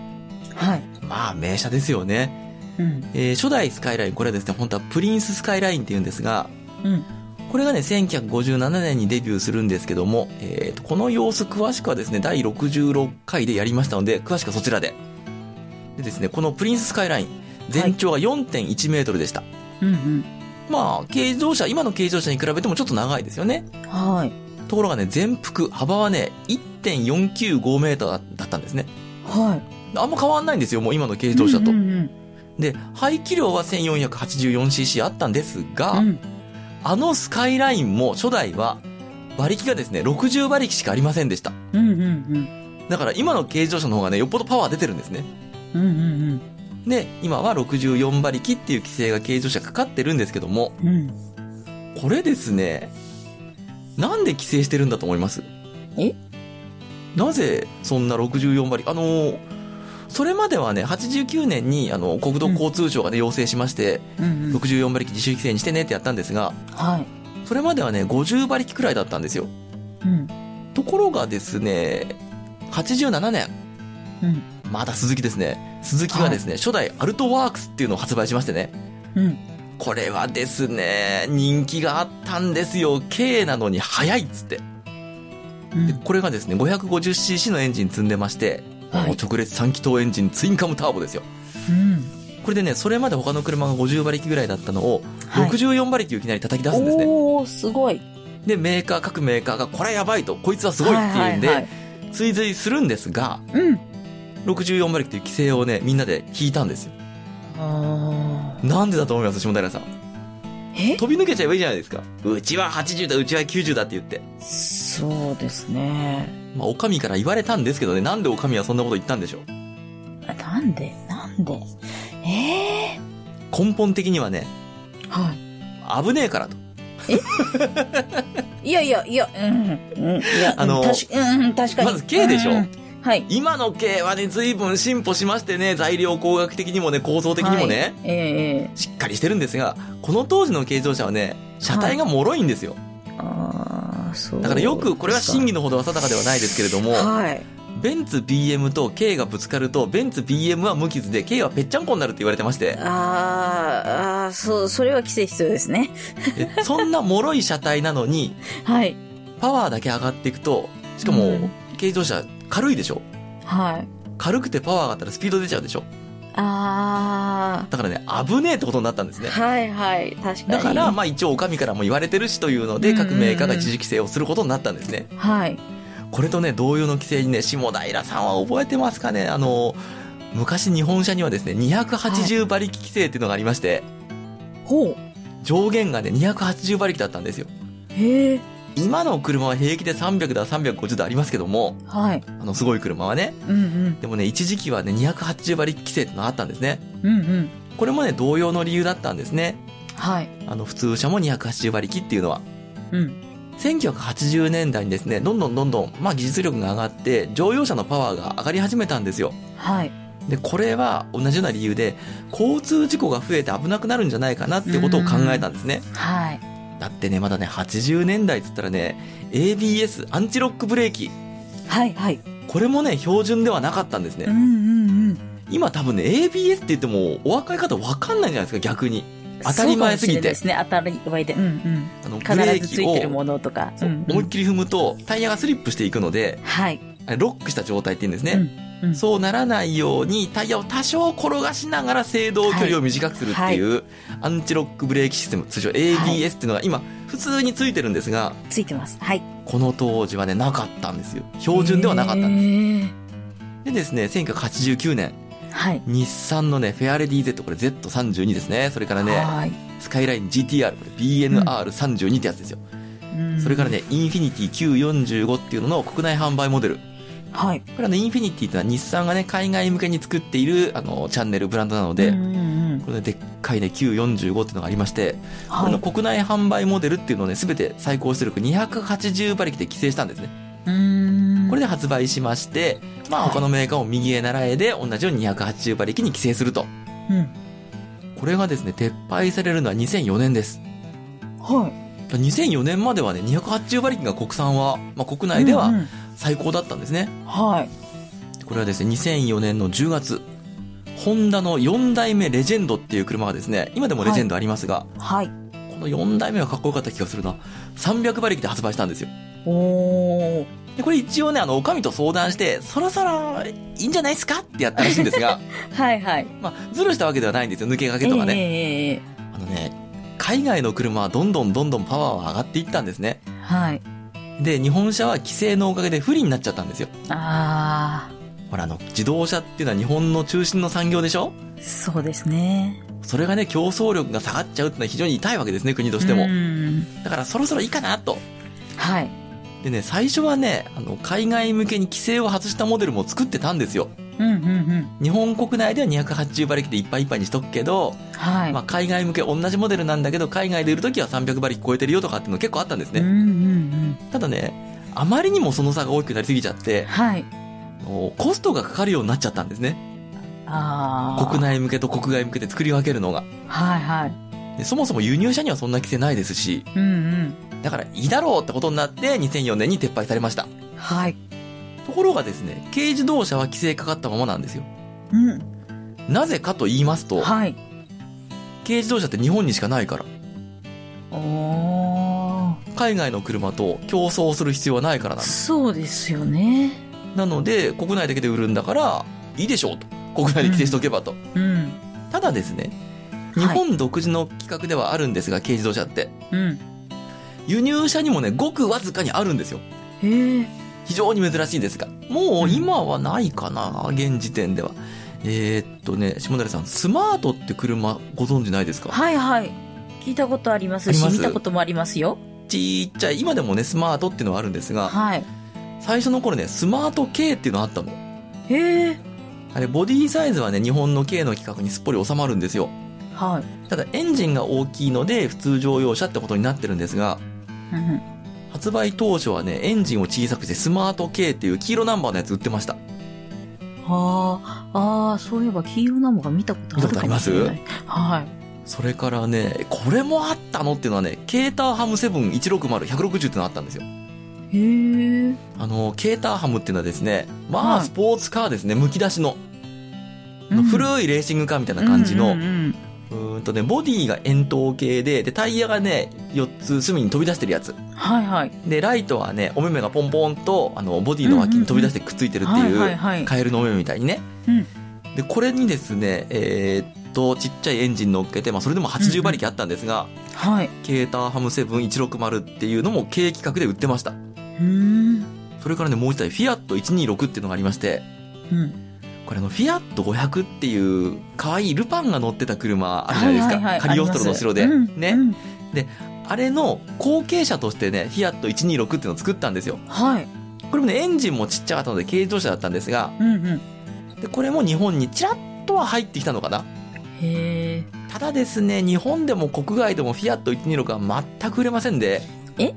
S2: はい。
S1: まあ、名車ですよね。
S2: うん。
S1: えー初代スカイライン、これはですね、本当はプリンススカイラインって言うんですが、
S2: うん。
S1: これがね、1957年にデビューするんですけども、えーと、この様子詳しくはですね、第66回でやりましたので、詳しくはそちらで。でですね、このプリンススカイライン、全長が4.1メートルでした。
S2: うん
S1: まあ、軽自動車、今の軽自動車に比べてもちょっと長いですよね。
S2: うん。はい。
S1: ところがね、全幅、幅はね、1.495メートルだったんですね。
S2: は
S1: あんま変わんないんですよ、もう今の軽
S2: い。
S1: 自動車と。
S2: うんうん
S1: で、排気量は 1484cc あったんですが、
S2: うん。
S1: あのスカイラインも初代は馬力がですね、60馬力しかありませんでした。
S2: うんうんうん。
S1: だから今の軽自動車の方がね、よっぽどパワー出てるんですね。
S2: うんうんうん。
S1: で、今は64馬力っていう規制が軽乗車かかってるんですけども、
S2: うん。
S1: これですね、なんで規制してるんだと思います
S2: え
S1: なぜそんな64馬力あのーそれまではね、89年にあの国土交通省がね、要請しまして、
S2: うんうん。
S1: 64馬力自主規制にしてねってやったんですが、
S2: はい。
S1: それまではね、50馬力くらいだったんですよ。
S2: うん。
S1: ところがですね、87年、
S2: うん。
S1: まだ鈴木ですね。鈴木がですね、初代アルトワークスっていうのを発売しましてね。
S2: うん。
S1: これはですね、人気があったんですよ。K なのに速いっつって。
S2: うん
S1: で、これがですね、550cc のエンジン積んでまして、
S2: はい
S1: もう直列3気筒エンジンツインカムターボですよ。
S2: うん。
S1: これでね、それまで他の車が50馬力ぐらいだったのを、
S2: はい
S1: 64馬力をいきなり叩き出すんですね。
S2: おー、すごい。
S1: で、メーカー、各メーカーが、これやばいと、こいつはすごいっていうん
S2: ははは
S1: で
S2: い、
S1: 追随するんですが、
S2: うん。
S1: 64馬力という規制をね、みんなで引いたんですよ。
S2: あ
S1: なんでだと思います下平さん。
S2: ーえ
S1: 飛び抜けちゃえばいいじゃないですか。うちは80だ、うちは90だって言って。
S2: そうですね。
S1: まあ、おかみから言われたんですけどね、なんでおかみはそんなこと言ったんでしょう。
S2: あなんでなんでええ
S1: 根本的にはね、
S2: は
S1: 危ねえからと。
S2: い。いやいやいや、うん。うん、いや、
S1: あの
S2: うん確かうん、確かに。
S1: まず K でしょ
S2: うんはい。
S1: 今の系はね、随分進歩しましてね、材料工学的にもね、構造的にもね、
S2: はい。ええ
S1: しっかりしてるんですが、この当時の軽乗車はね、車体が脆いんですよ。
S2: ああ、そう。
S1: だからよく、これは真偽のほどは定かではないですけれども、
S2: はい。
S1: ベンツ BM と K がぶつかると、ベンツ BM は無傷で、K はぺっちゃんこになるって言われてまして、
S2: あーあー、そう、それは規制必要ですね。
S1: えそんな脆い車体なのに、
S2: はい。
S1: パワーだけ上がっていくと、しか
S2: うん
S1: も、軽乗車軽いでしょ
S2: はい。
S1: 軽くてパワー上がったらスピード出ちゃうでしょ
S2: あ
S1: だからね、危ねえってことになったんです
S2: あ、
S1: ね。
S2: はいはい。確かに。
S1: だから、まあ一応お上からも言われてるしというので、
S2: うんうんうん
S1: 各メーカーが一時規制をすることになったんですね。
S2: はい。
S1: これとね、同様の規制にね、下平さんは覚えてますかねあの、昔日本車にはですね、280馬力規制っていうのがありまして、
S2: ほう。
S1: 上限がね、280馬力だったんですよ。
S2: へえ。
S1: 今の車は平気で300だ、350だありますけども、
S2: はい。
S1: あの、すごい車はね。
S2: うん
S1: でもね、一時期はね、280馬力規制ってのがあったんですね。
S2: うん。うんうん。
S1: これもね、同様の理由だったんですね。
S2: はい。
S1: あの、普通車も280馬力っていうのは。
S2: うん。
S1: 1980年代にですね、どんどんどんどん、まあ技術力が上がって、乗用車のパワーが上がり始めたんですよ。
S2: はい。
S1: で、これは同じような理由で、交通事故が増えて危なくなるんじゃないかなってことを考えたんですね。
S2: はい。
S1: だってね、まだね、80年代っつったらね、ABS、アンチロックブレーキ。
S2: はいはい。
S1: これもね、標準ではなかったんです
S2: う
S1: ね。
S2: んうんうん。
S1: 今多分ね、ABS って言っても、お若い方わかんないんじゃないですか、逆に。当たり前すぎて
S2: そうかもしれないですね。当たり前で。うん
S1: あの、ブ
S2: うん。
S1: レ
S2: 必
S1: ー
S2: ず
S1: キ
S2: ついてる
S1: を
S2: ものとか。
S1: そう
S2: うんうん
S1: 思いっきり踏むと、タイヤがスリップしていくので、
S2: はい。
S1: あれロックした状態って言うんですね。
S2: うんうん
S1: そうならないように、タイヤを多少転がしながら制動距離を短くするっていう、アンチロックブレーキシステム、通称 ABS っていうのが今、普通についてるんですが、
S2: ついてます。はい。
S1: この当時はね、なかったんですよ。標準ではなかったんで。
S2: です
S1: でですね、1989年、
S2: す。はい。
S1: 日産のね、フェアレディ Z、これ Z32 ですね。それからね、
S2: はい。
S1: スカイライン GTR、これ BNR32 ってやつですよ。
S2: うん
S1: それから。ね、インフィニティ945っていうのの国内販売モデル。
S2: はい。
S1: これはね、インフィニティってのは日産がね、海外向けに作っている、あの、チャンネル、ブランドなので、
S2: うんうんうん
S1: これね、でっかいね、945っていうのがありまして、こ
S2: は
S1: れ
S2: い
S1: の。国内販売モデルっていうのをね、すべて最高出力280馬力で規制したんですね。
S2: うーん
S1: これで発売しまして、まあ
S2: はい
S1: 他のメーカーも右へ習えで同じように280馬力に規制すると。
S2: うん。
S1: これがですね、撤廃されるのは2004年です。
S2: はい。
S1: 2004年まではね、280馬力が国産は、まあ国内で
S2: うんう
S1: は
S2: ん
S1: 最高だったんですね。
S2: はい。
S1: これはですね、2004年の10月、ホンダの4代目レジェンドっていう車がですね、今でもレジェンドありますが、
S2: はい。
S1: この4代目はかっこよかった気がするな。300馬力で発売したんですよ。
S2: おー。
S1: で、これ一応ね、あの、おかみと相談して、そろそろいいんじゃないですかってやったらしいんです
S2: (laughs)
S1: が、
S2: はいはい。
S1: まあ、ズルしたわけではないんですよ、抜けかけとかね。
S2: ええ
S1: あのね、海外の車はどんどんどんどんパワーは上がっていったんですね。
S2: はい。
S1: で、日本車は規制のおかげで不利になっちゃったんですよ。
S2: あ
S1: ほら、あの、自動車っていうのは日本の中心の産業でしょ
S2: あ、そうですね。
S1: それがね、競争力が下がっちゃうっていうのは非常に痛いわけですね、国としても
S2: う。ん
S1: だからそろそろいいかなと。
S2: はい。
S1: でね、最初はね、あの、海外向けに規制を外したモデルも作ってたんですよ。
S2: うんうんうん。
S1: 日本国内では280馬力でいっぱいいっぱいにしとくけど、
S2: はい。
S1: まあ、海外向け同じモデルなんだけど海外で売るときは300馬力超えてるよとかっていうの結構あったんです
S2: うん
S1: ね、
S2: うん
S1: ただねあまりにもその差が大きくなりすぎちゃっ
S2: う
S1: て
S2: ん。はい。
S1: もうコストがかかるようになっちゃったんですね
S2: ああ。
S1: 国内向けと国外向けで作り分けるのが
S2: はいはい。
S1: でそもそも輸入車にはそんな規制ないですし
S2: うん
S1: だからいいだろうってことになって2004年に撤廃されました
S2: うん。はい。
S1: ところがですね軽自動車は規制かかったままなんですよ
S2: うん。
S1: なぜかと言いますと
S2: はい。
S1: 軽自動車って日本にしかないから
S2: おお。
S1: 海外の車と競争する必要はないからなんです
S2: そうですよね。
S1: なので、国内だけで売るんだから、いいでしょうと。国内で規制しておけばと。
S2: うん。
S1: ただですね、
S2: はい
S1: 日本独自の企画ではあるんですが、軽自動車って。
S2: うん。
S1: 輸入車にもね、ごくわずかにあるんですよ。
S2: へえ。
S1: 非常に珍しいですが。も
S2: う
S1: うん今はないかな、現時点では。えーっとね、下平さん、スマートって車ご存知ないですか
S2: はいはい。聞いたことあります
S1: あり
S2: し、
S1: ます
S2: 見たこともありますよ。
S1: ちっちゃい、今でもね、スマートっていうのはあるんですが、
S2: はい。
S1: 最初の頃ね、スマート K っていうのあったの。
S2: へえ。
S1: あれ、ボディサイズはね、日本の K の規格にすっぽり収まるんですよ。
S2: はい。
S1: ただエンジンが大きいので普通乗用車ってことになってるんですが
S2: うんうん
S1: 発売当初はねエンジンを小さくしてスマート K っていう黄色ナンバーのやつ売ってました
S2: あーあー、そういえば黄色ナンバー見たことあるかもしれない。はい。
S1: それからねこれもあったのっていうのはねケーターハム7160160っていうのあったんですよ
S2: へえ。
S1: あのケーターハムっていうのはですねまあ
S2: はい
S1: スポーツカーですねむき出しのあの古いレーシングカーみたいな感じの
S2: うんうんうん
S1: うーんとねボディが円筒形ででタイヤがね4つ隅に飛び出してるやつ
S2: はいはい。
S1: でライトはねお目目がポンポンとあのボディの脇に飛び出してくっついてるって
S2: はい
S1: いう
S2: はいはい。
S1: カエルの目みたいにね、
S2: うん
S1: でこれにですねえーっとちっちゃいエンジン乗っけて、まあ、それでも80馬力あったんですが、
S2: はい。
S1: ケーターハム7160っていうのも軽規格で売ってました
S2: うーん。
S1: それからねもう一台フィアット126っていうのがありまして
S2: うん。
S1: これあのフィアット500っていう可愛いルパンが乗ってた車あるじゃないですか、
S2: ははは
S1: カリオストロの城で、
S2: あります
S1: ね、
S2: うんうん
S1: あれの後継者としてねフィアット126っていうのを作ったんですよ
S2: はい。
S1: これもねエンジンもちっちゃかったので軽自動車だったんですが
S2: うんうん。
S1: でこれも日本にちらっとは入ってきたのかな
S2: へえ。
S1: ただですね、日本でも国外でもフィアット126は全く売れませんで、
S2: え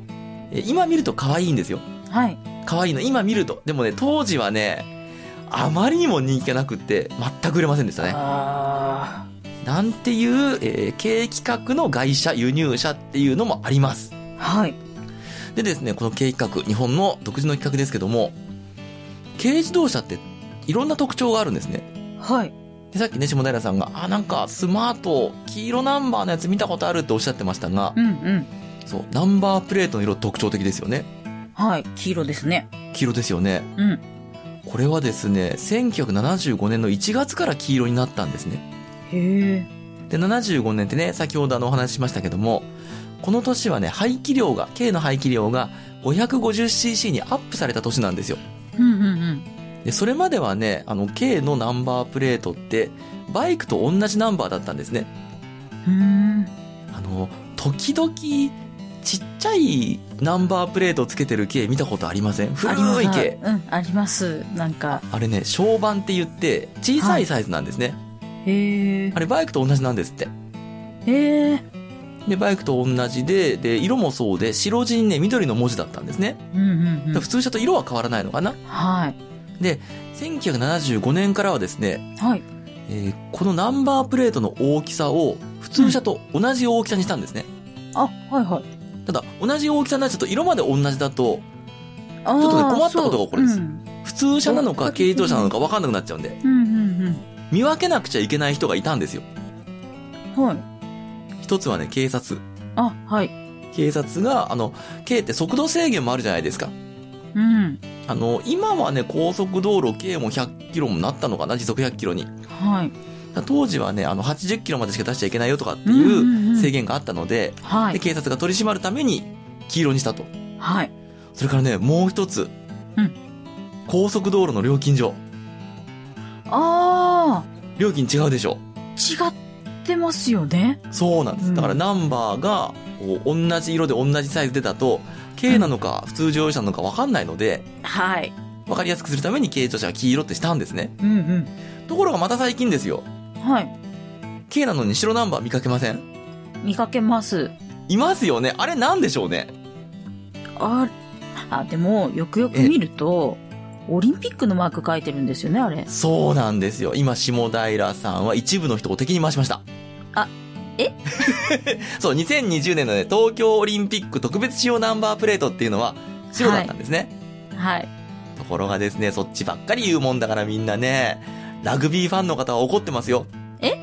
S1: え今見ると可愛いんですよ。
S2: はい。
S1: 可愛いの、今見ると。でもね、当時はね、あまりにも人気がなくって、全く売れませんでしたね。
S2: あ
S1: なんていう、えー、軽規格の外車、輸入車っていうのもあります。
S2: あ。はい。
S1: でですね、この軽規格、日本の独自の規格ですけども、軽自動車っていろんな特徴があるんですね。
S2: はい。
S1: でさっきね、下平さんが、あ、なんかスマート、黄色ナンバーのやつ見たことあるっておっしゃってましたが
S2: う、んうん。
S1: そう、ナンバープレートの色特徴的ですよね。
S2: はい。黄色ですね。
S1: 黄色ですよね。
S2: うん。
S1: これはですね、1975年の1月から黄色になったんですね。
S2: へえ。
S1: で、75年ってね、先ほどあのお話ししましたけども、この年はね、排気量が、K の排気量が 550cc にアップされた年なんですよ。
S2: うんうんうん。
S1: で、それまではね、あの、K のナンバープレートって、バイクと同じナンバーだったんですね。
S2: うーん。
S1: あの、時々、ちっちゃいナンバープレートをつけてる K 見たことありません古い
S2: あり
S1: K。
S2: ますうん、あります。なんか。
S1: あれね、小板って言って、小さいサイズなんですね。
S2: へえ
S1: あ。れ、バイクと同じなんですって。
S2: へえ。
S1: で、バイクと同じで、で、色もそうで、白地にね、緑の文字だったんですね。
S2: うんうんう
S1: 普通車と色は変わらないのかな。
S2: ん。はい。
S1: 1975年からはですね、
S2: はい。
S1: えーこのナンバープレートの大きさを、普通車と同じ大きさにしたんですね。
S2: あ、はいはい。
S1: ただ、同じ大きさになっちゃうと、色まで同じだと、
S2: あー
S1: ちょっとね困ったことが起こるんです
S2: そううん
S1: 普通車なのか
S2: お
S1: 軽自動車なのか分かんなくなっちゃうんで、
S2: うんうん
S1: 見分けなくちゃいけない人がいたんですよ。
S2: うん。はい。
S1: 一つはね、警察。
S2: あ、はい。
S1: 警察が、あの、K って速度制限もあるじゃないですか。
S2: うん。
S1: あの、今はね、高速道路 K も100キロもなったのかな、時速100キロに。
S2: はい。
S1: 当時はね、あの、80キロまでしか出しちゃいけないよとかって
S2: うんうん
S1: いううん制限があったので、
S2: は
S1: で、
S2: い。
S1: 警察が取り締まるために黄色にしたと。
S2: はい。
S1: それからね、もう一つ。
S2: うん
S1: 高速道路の料金所。
S2: あ
S1: 料金違うでしょ。
S2: ー、違ってますよね。
S1: そうなんです。だから
S2: うん
S1: ナンバーが、こう同じ色で同じサイズでだと、K なのか普通乗用車なのか分かんないので、
S2: はい。
S1: わかりやすくするために経営としては黄色ってしたんですね。
S2: うん
S1: ところがまた最近ですよ。
S2: うん。はい。
S1: K なのに白ナンバー見かけません
S2: 見かけます。
S1: いますよね。あれなんでしょうね。
S2: あ、あ、でも、よくよく見ると、オリンピックのマーク書いてるんですよね、あれ。
S1: そうなんですよ。今、下平さんは一部の人を敵に回しました。
S2: あ、え
S1: (laughs) そう、2020年のね、東京オリンピック特別仕様ナンバープレートっていうのは白だったんですね。
S2: はい。
S1: ところがですね、そっちばっかり言うもんだからみんなね、ラグビーファンの方は怒ってますよ。
S2: え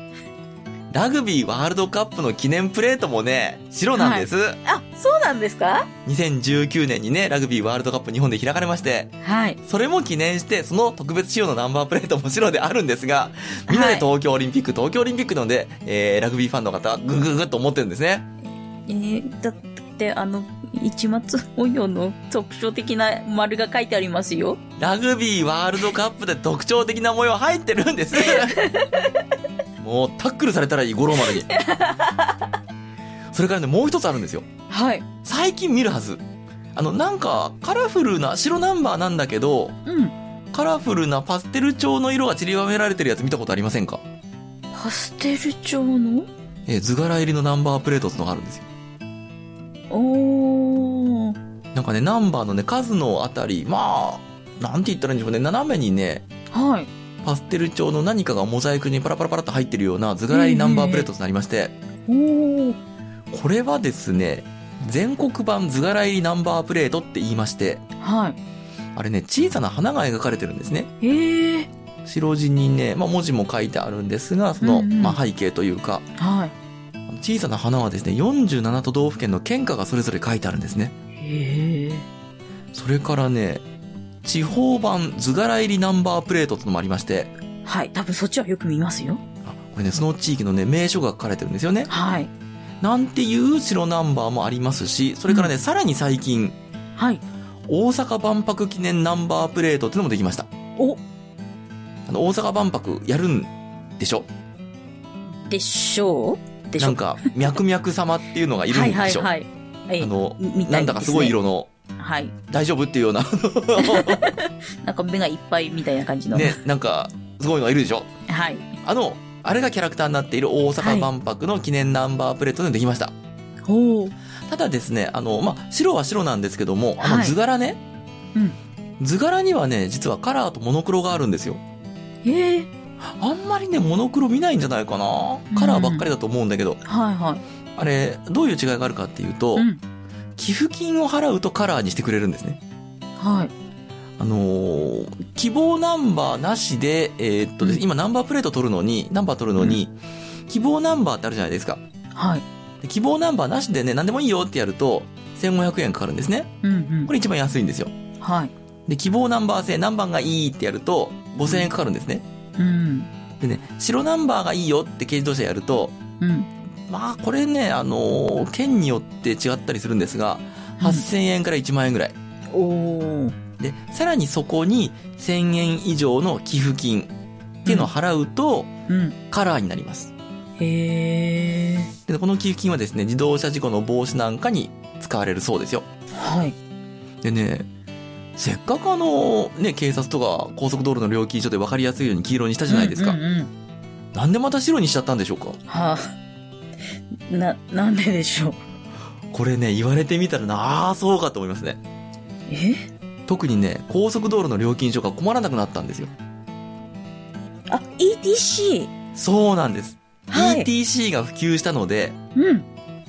S1: ラグビーワールドカップの記念プレートもね、白なんです。
S2: あ、そうなんですか
S1: 2019年にね、ラグビーワールドカップ日本で開かれまして、
S2: はい。
S1: それも記念して、その特別仕様のナンバープレートも白であるんですが、みんなで東京オリンピック、東京オリンピックなので、えー、ラグビーファンの方はググググっと思ってるんですね。
S2: えー、だって、あの、市松模様の特徴的な丸が書いてありますよ。
S1: ラグビーワールドカップで特徴的な模様入ってるんです。もうタックルされたらいい、五郎丸に。それからね、もう一つあるんですよ。
S2: はい。
S1: 最近見るはず。あの、なんか、カラフルな、白ナンバーなんだけど、
S2: うん。
S1: カラフルなパステル調の色が散りばめられてるやつ見たことありませんか
S2: パステル調の
S1: えー図柄入りのナンバープレートってのがあるんですよ。
S2: おー。
S1: なんかね、ナンバーのね、数のあたり、まあ、なんて言ったらいいんでしょうね、斜めにね、
S2: はい。
S1: パステル調の何かがモザイクにパラパラパラっと入ってるような図柄入りナンバープレートとなりまして、
S2: おー。
S1: これはですね、全国版図柄入りナンバープレートって言いまして、
S2: は
S1: あれね、小さな花が描かれてるんですね。
S2: い。えー。
S1: 白地にね、まあ文字も書いてあるんですが、その、
S2: うんうん
S1: まあ背景というか、
S2: は
S1: 小さな花はですね、47都道府県の県歌がそれぞれ書いてあるんですね。
S2: い。へえ。
S1: それからね、地方版図柄入りナンバープレートってのもありまして、
S2: はい。多分そっちはよく見ますよ。
S1: あこれね、その地域のね、名所が書かれてるんですよね。
S2: はい。
S1: なんていう白ナンバーもありますし、それからね、さらに最近、
S2: はい。
S1: 大阪万博記念ナンバープレートってのもできました。
S2: お、
S1: あの、大阪万博やるんでしょ
S2: でしょうでしょ
S1: な
S2: うん
S1: か、脈々様っていうのがいるんでしょ
S2: はいはいはい。ええ
S1: あの、
S2: み
S1: なんだかすごい。
S2: み
S1: 色の、
S2: たですねはい。
S1: 大丈夫っていうような、
S2: なんか目がいっぱいみたいな感 (laughs) じの。
S1: ね、なんか、すごいのがいるでしょ
S2: はい。
S1: あの、あれがキャラクターになっている大阪万博の記念ナンバープレートでできました。
S2: ほう。
S1: ただですね、あの、まあ、白は白なんですけども、あの
S2: はい
S1: 図柄ね、図柄にはね、実はカラーとモノクロがあるんですよ。
S2: へえ。
S1: あんまりね、モノクロ見ないんじゃないかな
S2: うん
S1: カラーばっかりだと思うんだけど、
S2: はいはい。
S1: あれ、どういう違いがあるかっていうと、
S2: うん。
S1: 寄付金を払うとカラーにしてくれるんですね。
S2: はい。
S1: あのー希望ナンバーなしで、えーっとです
S2: うん
S1: 今ナンバープレート取るのに、ナンバー取るのに、希望ナンバーってあるじゃないですか。
S2: はい。
S1: で希望ナンバーなしでね、何でもいいよってやると、1500円かかるんですね。
S2: うんうん
S1: こ。れ一番安いんですよ。
S2: はい。
S1: で、希望ナンバー制、何番がいいってやると、5000円かかるんですね。
S2: うん。
S1: でね、白ナンバーがいいよって軽自動車やると、
S2: うん。
S1: まあ、これね、あのー県によって違ったりするんですが、8000円から1万円ぐらい。
S2: おー。
S1: で、さらにそこに1000円以上の寄付金っていうのを払うと、
S2: うん。
S1: カラーになります。
S2: へえ。
S1: で、この寄付金はですね、自動車事故の防止なんかに使われるそうですよ。
S2: はい。
S1: でね、せっかくあの、ね、警察とか高速道路の料金所で分かりやすいように黄色にしたじゃないですか。
S2: うんうんうん。
S1: なんでまた白にしちゃったんでしょうか
S2: はあ。な、なんででしょう。
S1: これね、言われてみたらなあ、そうかと思いますね。
S2: え
S1: 特にね、高速道路の料金所が困らなくなったんですよ。
S2: あ、ETC。
S1: そうなんです。
S2: はい。
S1: ETC が普及したので、
S2: うん。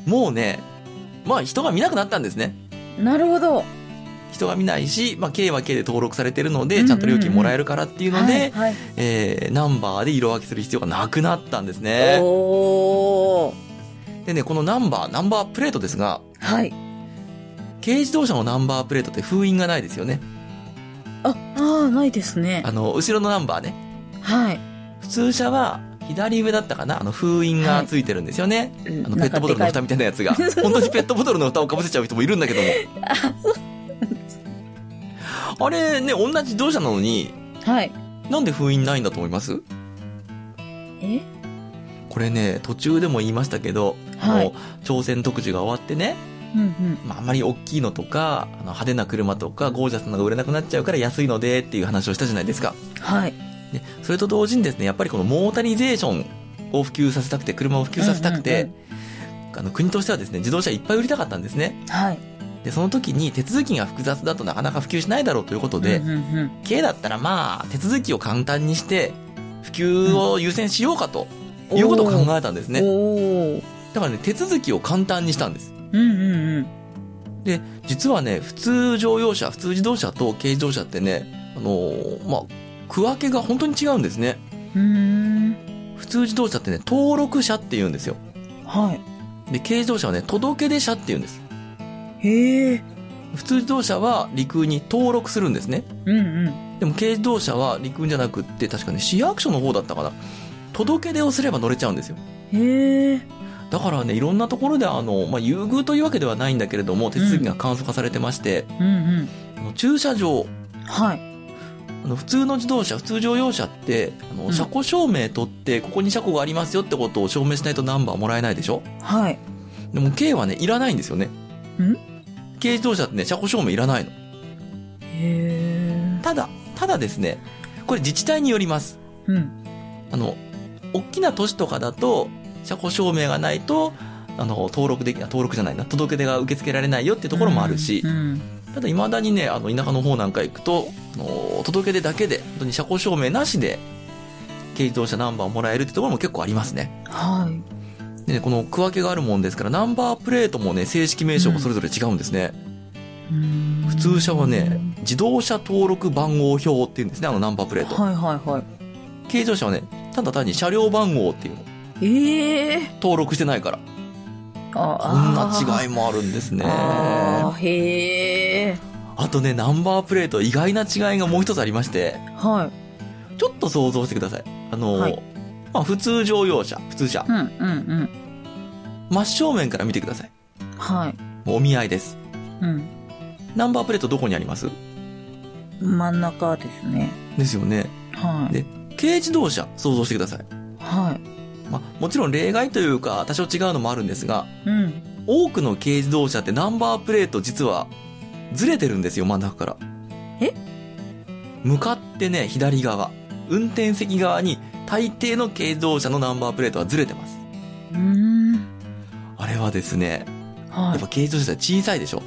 S1: もうね、まあ人が見なくなったんですね。
S2: なるほど。
S1: 人が見ないし、まあ K は K で登録されてるので、
S2: うんうん
S1: ちゃんと料金もらえるからっていうので、
S2: はいはい。
S1: えー、ナンバーで色分けする必要がなくなったんですね。
S2: おー。
S1: でね、このナンバー、ナンバープレートですが、
S2: はい。
S1: 軽自動車のナンバープレートって封印がないですよね。
S2: あ、あーないですね。
S1: あの、後ろのナンバーね。
S2: はい。
S1: 普通車は左上だったかなあの封印がついてるんですよね。あのペットボトルの蓋みたいなやつが。
S2: (laughs) なんかでかい
S1: 本当にペットボトルの蓋をかぶせちゃう人もいるんだけども。あれね、同じ自動車なのに、
S2: はい。
S1: なんで封印ないんだと思います
S2: え
S1: これね、途中でも言いましたけど、
S2: は
S1: あ
S2: い
S1: の、朝鮮特需が終わってね、
S2: うんうん。
S1: まあ、あんまり大きいのとか、あの派手な車とか、ゴージャスなのが売れなくなっちゃうから安いのでっていう話をしたじゃないですか。
S2: はい。
S1: で、それと同時にですね、やっぱりこのモータリゼーションを普及させたくて、車を普及させたく
S2: うん
S1: て、あの、国としてはですね、自動車いっぱい売りたかったんですね。
S2: はい。
S1: で、その時に手続きが複雑だとなかなか普及しないだろうということで
S2: うん、うんうん。
S1: 軽だったらまあ、手続きを簡単にして、普及を優先しようかということを考えたんですね。
S2: おー。
S1: だからね、手続きを簡単にしたんです。
S2: うんうんうん。
S1: で、実はね、普通乗用車、普通自動車と軽自動車ってね、あのーまあ、区分けが本当に違うんですね。
S2: うーん。
S1: 普通自動車ってね、登録車って言うんですよ。
S2: は
S1: で、軽自動車はね、届け出車って言うんです。
S2: い。へえ。
S1: 普通自動車は陸運に登録するんですね。
S2: うんうん。
S1: でも軽自動車は陸運じゃなくって、確かね、市役所の方だったかな。届け出をすれば乗れちゃうんですよ。
S2: へえ。
S1: だからね、いろんなところであの、まあ、優遇というわけではないんだけれども、手続きが簡素化されてまして、
S2: うん
S1: あの駐車場、
S2: うん。はい。
S1: あの普通の自動車普通乗用車ってあの
S2: うん
S1: 車庫証明取ってここに車庫がありますよってことを証明しないとナンバーもらえないでしょ
S2: はい。
S1: でも軽はねいらないんですよね
S2: ん
S1: 軽自動車ってね車庫証明いらないの
S2: へえ。
S1: ただただですねこれ自治体によります
S2: うん。
S1: あの大きな都市とかだと車庫証明がないとあの登録できあ登録じゃないな届け出が受け付けられないよってところもあるし、
S2: うん。
S1: ただいまだにねあの田舎の方なんか行くとあの届け出だけで本当に車庫証明なしで軽自動車ナンバーをもらえるってところも結構ありますね
S2: はい。
S1: でねこの区分けがあるもんですからナンバープレートもね正式名称もそれぞれ違うんですね、普
S2: 普
S1: 通車はね自動車登録番号表っていうんですねあのナンバープレート、
S2: はいはいはい。
S1: 軽自動車はねただ単に車両番号っていうの
S2: ええ
S1: 登録してないから
S2: あ
S1: こんな
S2: い
S1: 違いもあるんですね
S2: あ
S1: あ
S2: ーへえ。
S1: とねナンバープレート意外な違いがもう一つありまして
S2: は
S1: ちょっと想像してください。あの、
S2: はい
S1: まあ普通乗用車、普通車
S2: い。う、んうん
S1: 真正面から見てください。
S2: うん。はい。
S1: お見合いです。
S2: うん。
S1: ナンバープレートどこにあります
S2: 真ん中ですね。
S1: ですよね。
S2: はい。
S1: で軽自動車、想像してください。
S2: はい。
S1: まあもちろん例外というか、多少違うのもあるんですが、
S2: うん。
S1: 多くの軽自動車ってナンバープレート実は、ずれてるんですよ、真ん中から。
S2: え
S1: 向かってね、左側。運転席側に、大抵の軽自動車のナンバープレートはずれてます。
S2: うーん。
S1: あれはですね、
S2: は
S1: やっぱ
S2: い。
S1: 軽自動車は小さいでしょ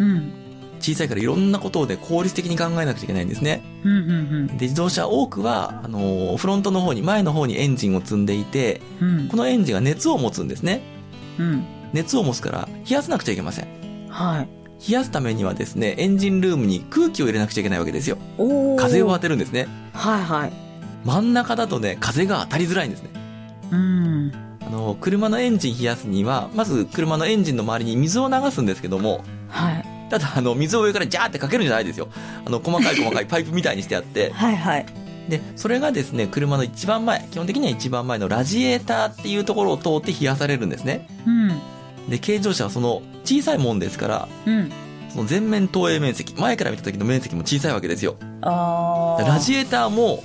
S2: うん。
S1: 小さいからいろんなことをね、効率的に考えなくちゃいけないんですね。
S2: うんうん
S1: で、自動車多くは、あのーフロントの方に、前の方にエンジンを積んでいて、
S2: うん。うん
S1: こ。のエンジンが熱を持つんですね。
S2: うん。
S1: 熱を持つから、冷やさなくちゃいけません。
S2: はい。
S1: 冷やすためにはですね、エンジンルームに空気を入れなくちゃいけないわけですよ。
S2: おお。
S1: 風を当てるんですね。
S2: はいはい。
S1: 真ん中だとね、風が当たりづらいんですね。
S2: うん。
S1: あのー車のエンジン冷やすには、まず車のエンジンの周りに水を流すんですけども、
S2: はい。
S1: ただ、あの、水を上からジャーってかけるんじゃないですよ。あの、細かい細かいパイプみたいにしてあって、
S2: はいはい。
S1: で、それがですね、車の一番前、基本的には一番前のラジエーターっていうところを通って冷やされるんですね。
S2: うん。
S1: で、軽乗車はその小さいもんですから、
S2: うん。
S1: その前面投影面積、前から見た時の面積も小さいわけですよ。
S2: ああ。
S1: ラジエーターも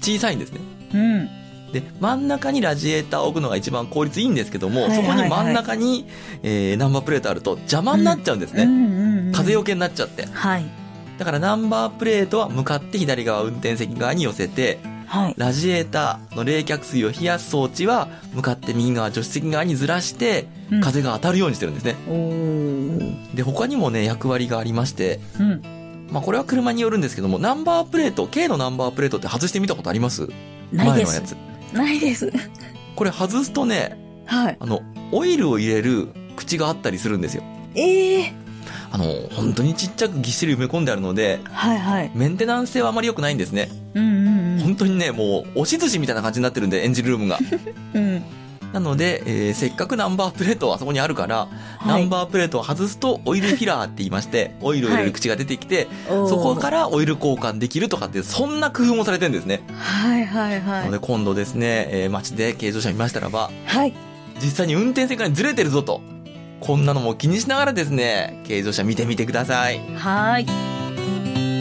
S1: 小さいんですね。
S2: うん。
S1: で、真ん中にラジエーターを置くのが一番効率いいんですけども、
S2: はいはいはい
S1: そこに真ん中に、えー、ナンバープレートあると邪魔になっちゃうんですね。
S2: うんうんうん。
S1: 風よけになっちゃって。
S2: はい。
S1: だからナンバープレートは向かって左側、運転席側に寄せて、
S2: はい。
S1: ラジエーターの冷却水を冷やす装置は向かって右側助手席側にずらして
S2: うん。
S1: 風が当たるようにしてるんですね、
S2: おー
S1: で他にもね役割がありまして、
S2: うん。
S1: まあ、これは車によるんですけどもナンバープレート K のナンバープレートって外してみたことあります
S2: ない
S1: 前
S2: で
S1: のや
S2: す。
S1: つ
S2: ないです。
S1: これ外すとね
S2: はい。
S1: あのオイルを入れる口があったりするんですよ
S2: ええ
S1: あの本当にちっちゃくぎっしり埋め込んであるので
S2: はいはい。
S1: メンテナンス性はあまり良くないんですね
S2: うんうん
S1: 本当にねもう押し寿司みたいな感じになってるんでエンジンルーム
S2: (laughs)
S1: が
S2: うん。うん。
S1: なので、えーせっかくナンバープレートはそこにあるからナンバープレートを外すとオイルフィラーって言いまして、オイルを入れる口が出てきて、
S2: ー
S1: そこからオイル交換できるとかって、そんな工夫もされてるんですね。
S2: はいはいは
S1: ないの。で今度ですね、えー街で軽乗車見ましたらば、
S2: はい。
S1: 実際に運転席からずれてるぞと。こんなのも気にしながらですね、軽乗車見てみてください。
S2: はーい。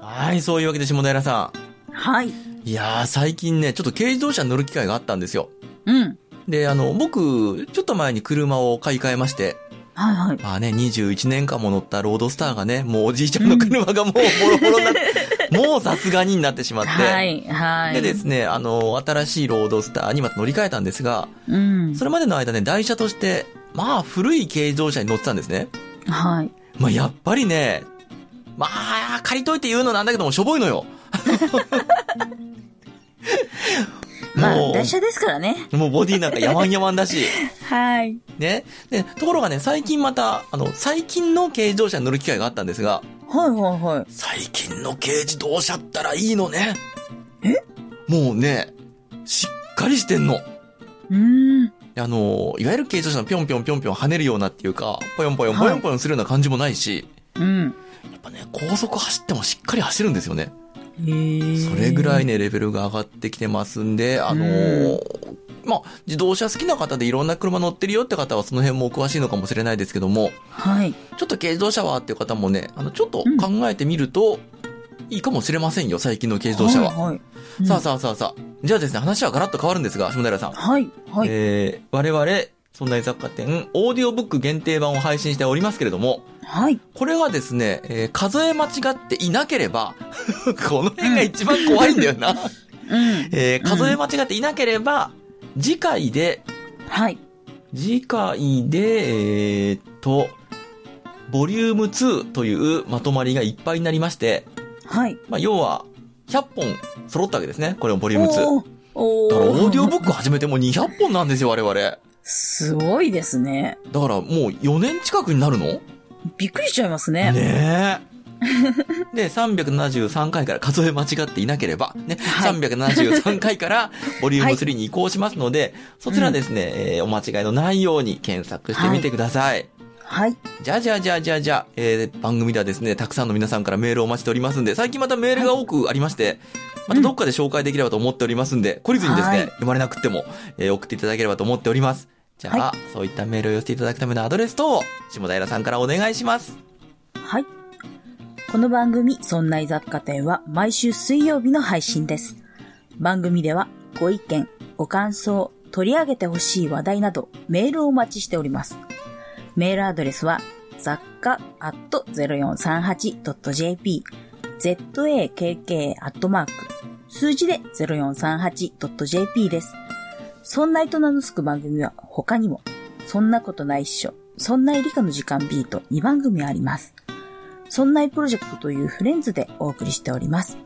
S1: はい、そういうわけで下平さ
S2: はい。
S1: ん。いやー、最近ね、ちょっと軽自動車に乗る機会があったんですよ。
S2: うん。
S1: で、あの、僕、ちょっと前に車を買い替えまして、
S2: はいはい。
S1: まあね、21年間も乗ったロードスターがね、もうおじいちゃんの車がもうボロボロになって、もうさすがになってしまって、
S2: はい、はい。
S1: でですね、あの、新しいロードスターにまた乗り換えたんですが、
S2: うん。
S1: それまでの間ね、台車として、まあ、古い軽自動車に乗ってたんですね。
S2: はい。
S1: まあ、やっぱりね、まあ、借りといて言うのなんだけども、しょぼいのよ。
S2: (laughs) ま
S1: も
S2: あ、
S1: う
S2: 台車ですからね。
S1: もうボディなんかやわんやわんだし。
S2: はい。
S1: ね。で、ところがね、最近また、あの、最近の軽自動車に乗る機会があったんですが、
S2: はいはいはい。
S1: 最近の軽自動車ったらいいのね。えもうね、しっかりしてんの。
S2: うーん。
S1: あの、いわゆる軽自動車のぴょんぴょんぴょんぴょん跳ねるようなっていうか、ぽよんぽよんぽよんぽよんするような感じもないし、
S2: うん。
S1: やっぱね、高速走ってもしっかり走るんですよね。
S2: へえ。
S1: それぐらい
S2: ね。
S1: ね、レベルが上がってきてますんで、あの
S2: う
S1: ーまあ、自動車好きな方でいろんな車乗ってるよって方はその辺もお詳しいのかもしれないですけども、
S2: はい。
S1: ちょっと軽自動車はっていう方もね、あの、ちょっと考えてみると、いいかもしれませんよ、最近の軽自動車は。
S2: はいはい。うん
S1: さあさあさあさあ。じゃあですね、話はガラッと変わるんですが、下平さん。
S2: はい、はい。
S1: えー、我々、そんな雑貨店、オーディオブック限定版を配信しておりますけれども、
S2: はい。
S1: これがですね、えー数え間違っていなければ、 (laughs) この辺が一番怖いんだよな。
S2: うん。
S1: えー数え間違っていなければ、次回で、
S2: はい。
S1: 次回で、えーっと、ボリューム2というまとまりがいっぱいになりまして、
S2: はい。
S1: まあ、要は、100本揃ったわけですね。これもボリューム2。
S2: おーお
S1: だから、オーディオ
S2: ー
S1: ブック始めてもう200本なんですよ、我々。だか
S2: すごいですね。
S1: ら、もう4年近くになるの
S2: びっくりしちゃいますね。
S1: ね (laughs) え。で、373回から数え間違っていなければ、ね、
S2: はい
S1: 373回からボリューム3に移行しますので、そちらですね、えーお間違いのないように検索してみてください。
S2: はい。
S1: じゃあじゃあじゃあじゃあじゃあ、えー番組ではですね、たくさんの皆さんからメールをお待ちしておりますんで、最近またメールが多くありまして、またどっかで紹介できればと思っておりますんで、懲りずにですね、
S2: はい
S1: 読まれなくっても、えー送っていただければと思っております。じゃあ、そういったメールを寄せていただくためのアドレス等を、下平さんからお願いします。
S2: はい。この番組、そんない雑貨店は毎週水曜日の配信です。番組ではご意見、ご感想、取り上げてほしい話題などメールをお待ちしております。メールアドレスは雑貨 0438.jp zakk アットマーク数字で 0438.jp です。そんないと名のつく番組は他にも、そんなことないっしょ、そんない理科の時間 B と2番組あります。そんないプロジェクトというフレンズでお送りしております。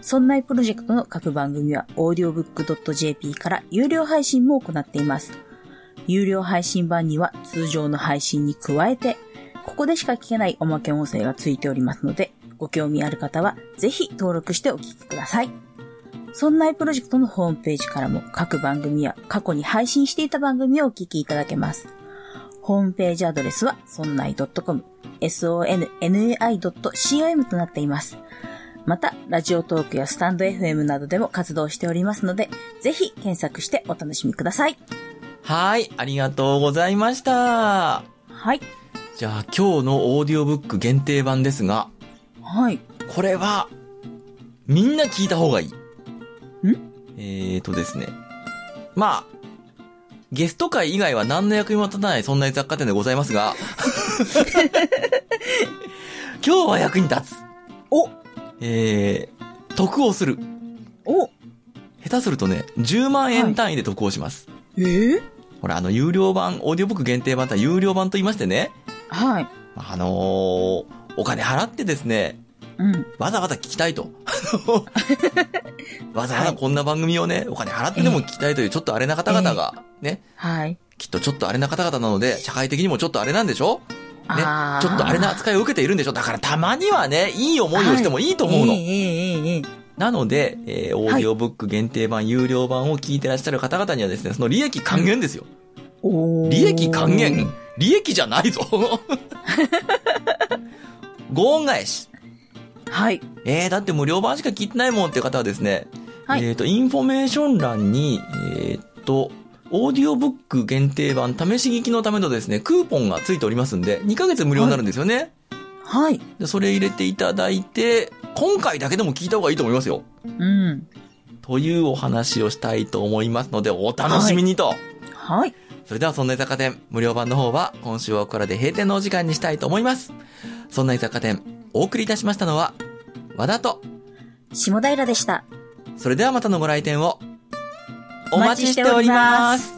S2: そんないプロジェクトの各番組は audiobook.jp から有料配信も行っています。有料配信版には通常の配信に加えて、ここでしか聞けないおまけ音声がついておりますので、ご興味ある方はぜひ登録してお聞きください。そんないプロジェクトのホームページからも各番組や過去に配信していた番組をお聞きいただけます。ホームページアドレスは、そんない .com、sonnai.com となっています。また、ラジオトークやスタンド FM などでも活動しておりますので、ぜひ検索してお楽しみください。
S1: はい、ありがとうございました。
S2: はい。
S1: じゃあ今日のオーディオブック限定版ですが、
S2: はい。
S1: これは、みんな聞いた方がいい。んえーとですね。まあ、ゲスト会以外は何の役にも立たないそんな雑貨店でございますが、今日は役に立つ。
S2: お
S1: えー、得をする。
S2: お
S1: 下手するとね、10万円単位で得をします。
S2: えー、
S1: ほら、あの、有料版、オーディオブック限定版とは有料版と言いましてね、
S2: はい。
S1: あのー、お金払ってですね、
S2: うん。
S1: わざわざ聞きたいと。
S2: (laughs)
S1: わざわざこんな番組をね、お金払ってでも聞きたいというちょっとあれな方々が、ね、
S2: はい。
S1: きっとちょっとあれな方々なので、社会的にもちょっとあれなんでしょね、ち
S2: あー
S1: ょっとあれな扱いを受けているんでしょだからたまにはね、いい思いをしてもいいと思うの。
S2: ええええええ
S1: なので、えーオーディオブック限定版、有料版を聞いてらっしゃる方々にはですね、その利益還元ですよ。
S2: おー
S1: 利益還元利益じゃ
S2: (laughs)
S1: ないぞ (laughs) ご恩返し
S2: はい。
S1: えー、だって無料版しか聞いてないもんっていう方はですね、
S2: はい
S1: えっ、と、インフォメーション欄に、えっ、と、オーディオブック限定版試し聞きのためのですね、クーポンがついておりますんで、2ヶ月無料になるんですよね。
S2: はい。
S1: でそれ入れていただいて、今回だけでも聞いた方がいいと思いますよ。
S2: うん。
S1: というお話をしたいと思いますので、お楽しみにと。
S2: はい。
S1: それでは、そんな居酒屋店、無料版の方は、今週はこれで閉店のお時間にしたいと思います。そんな居酒屋店、お送りいたしましたのは、和田と、
S2: 下平でした。
S1: それではまたのご来店を、お待ちしております。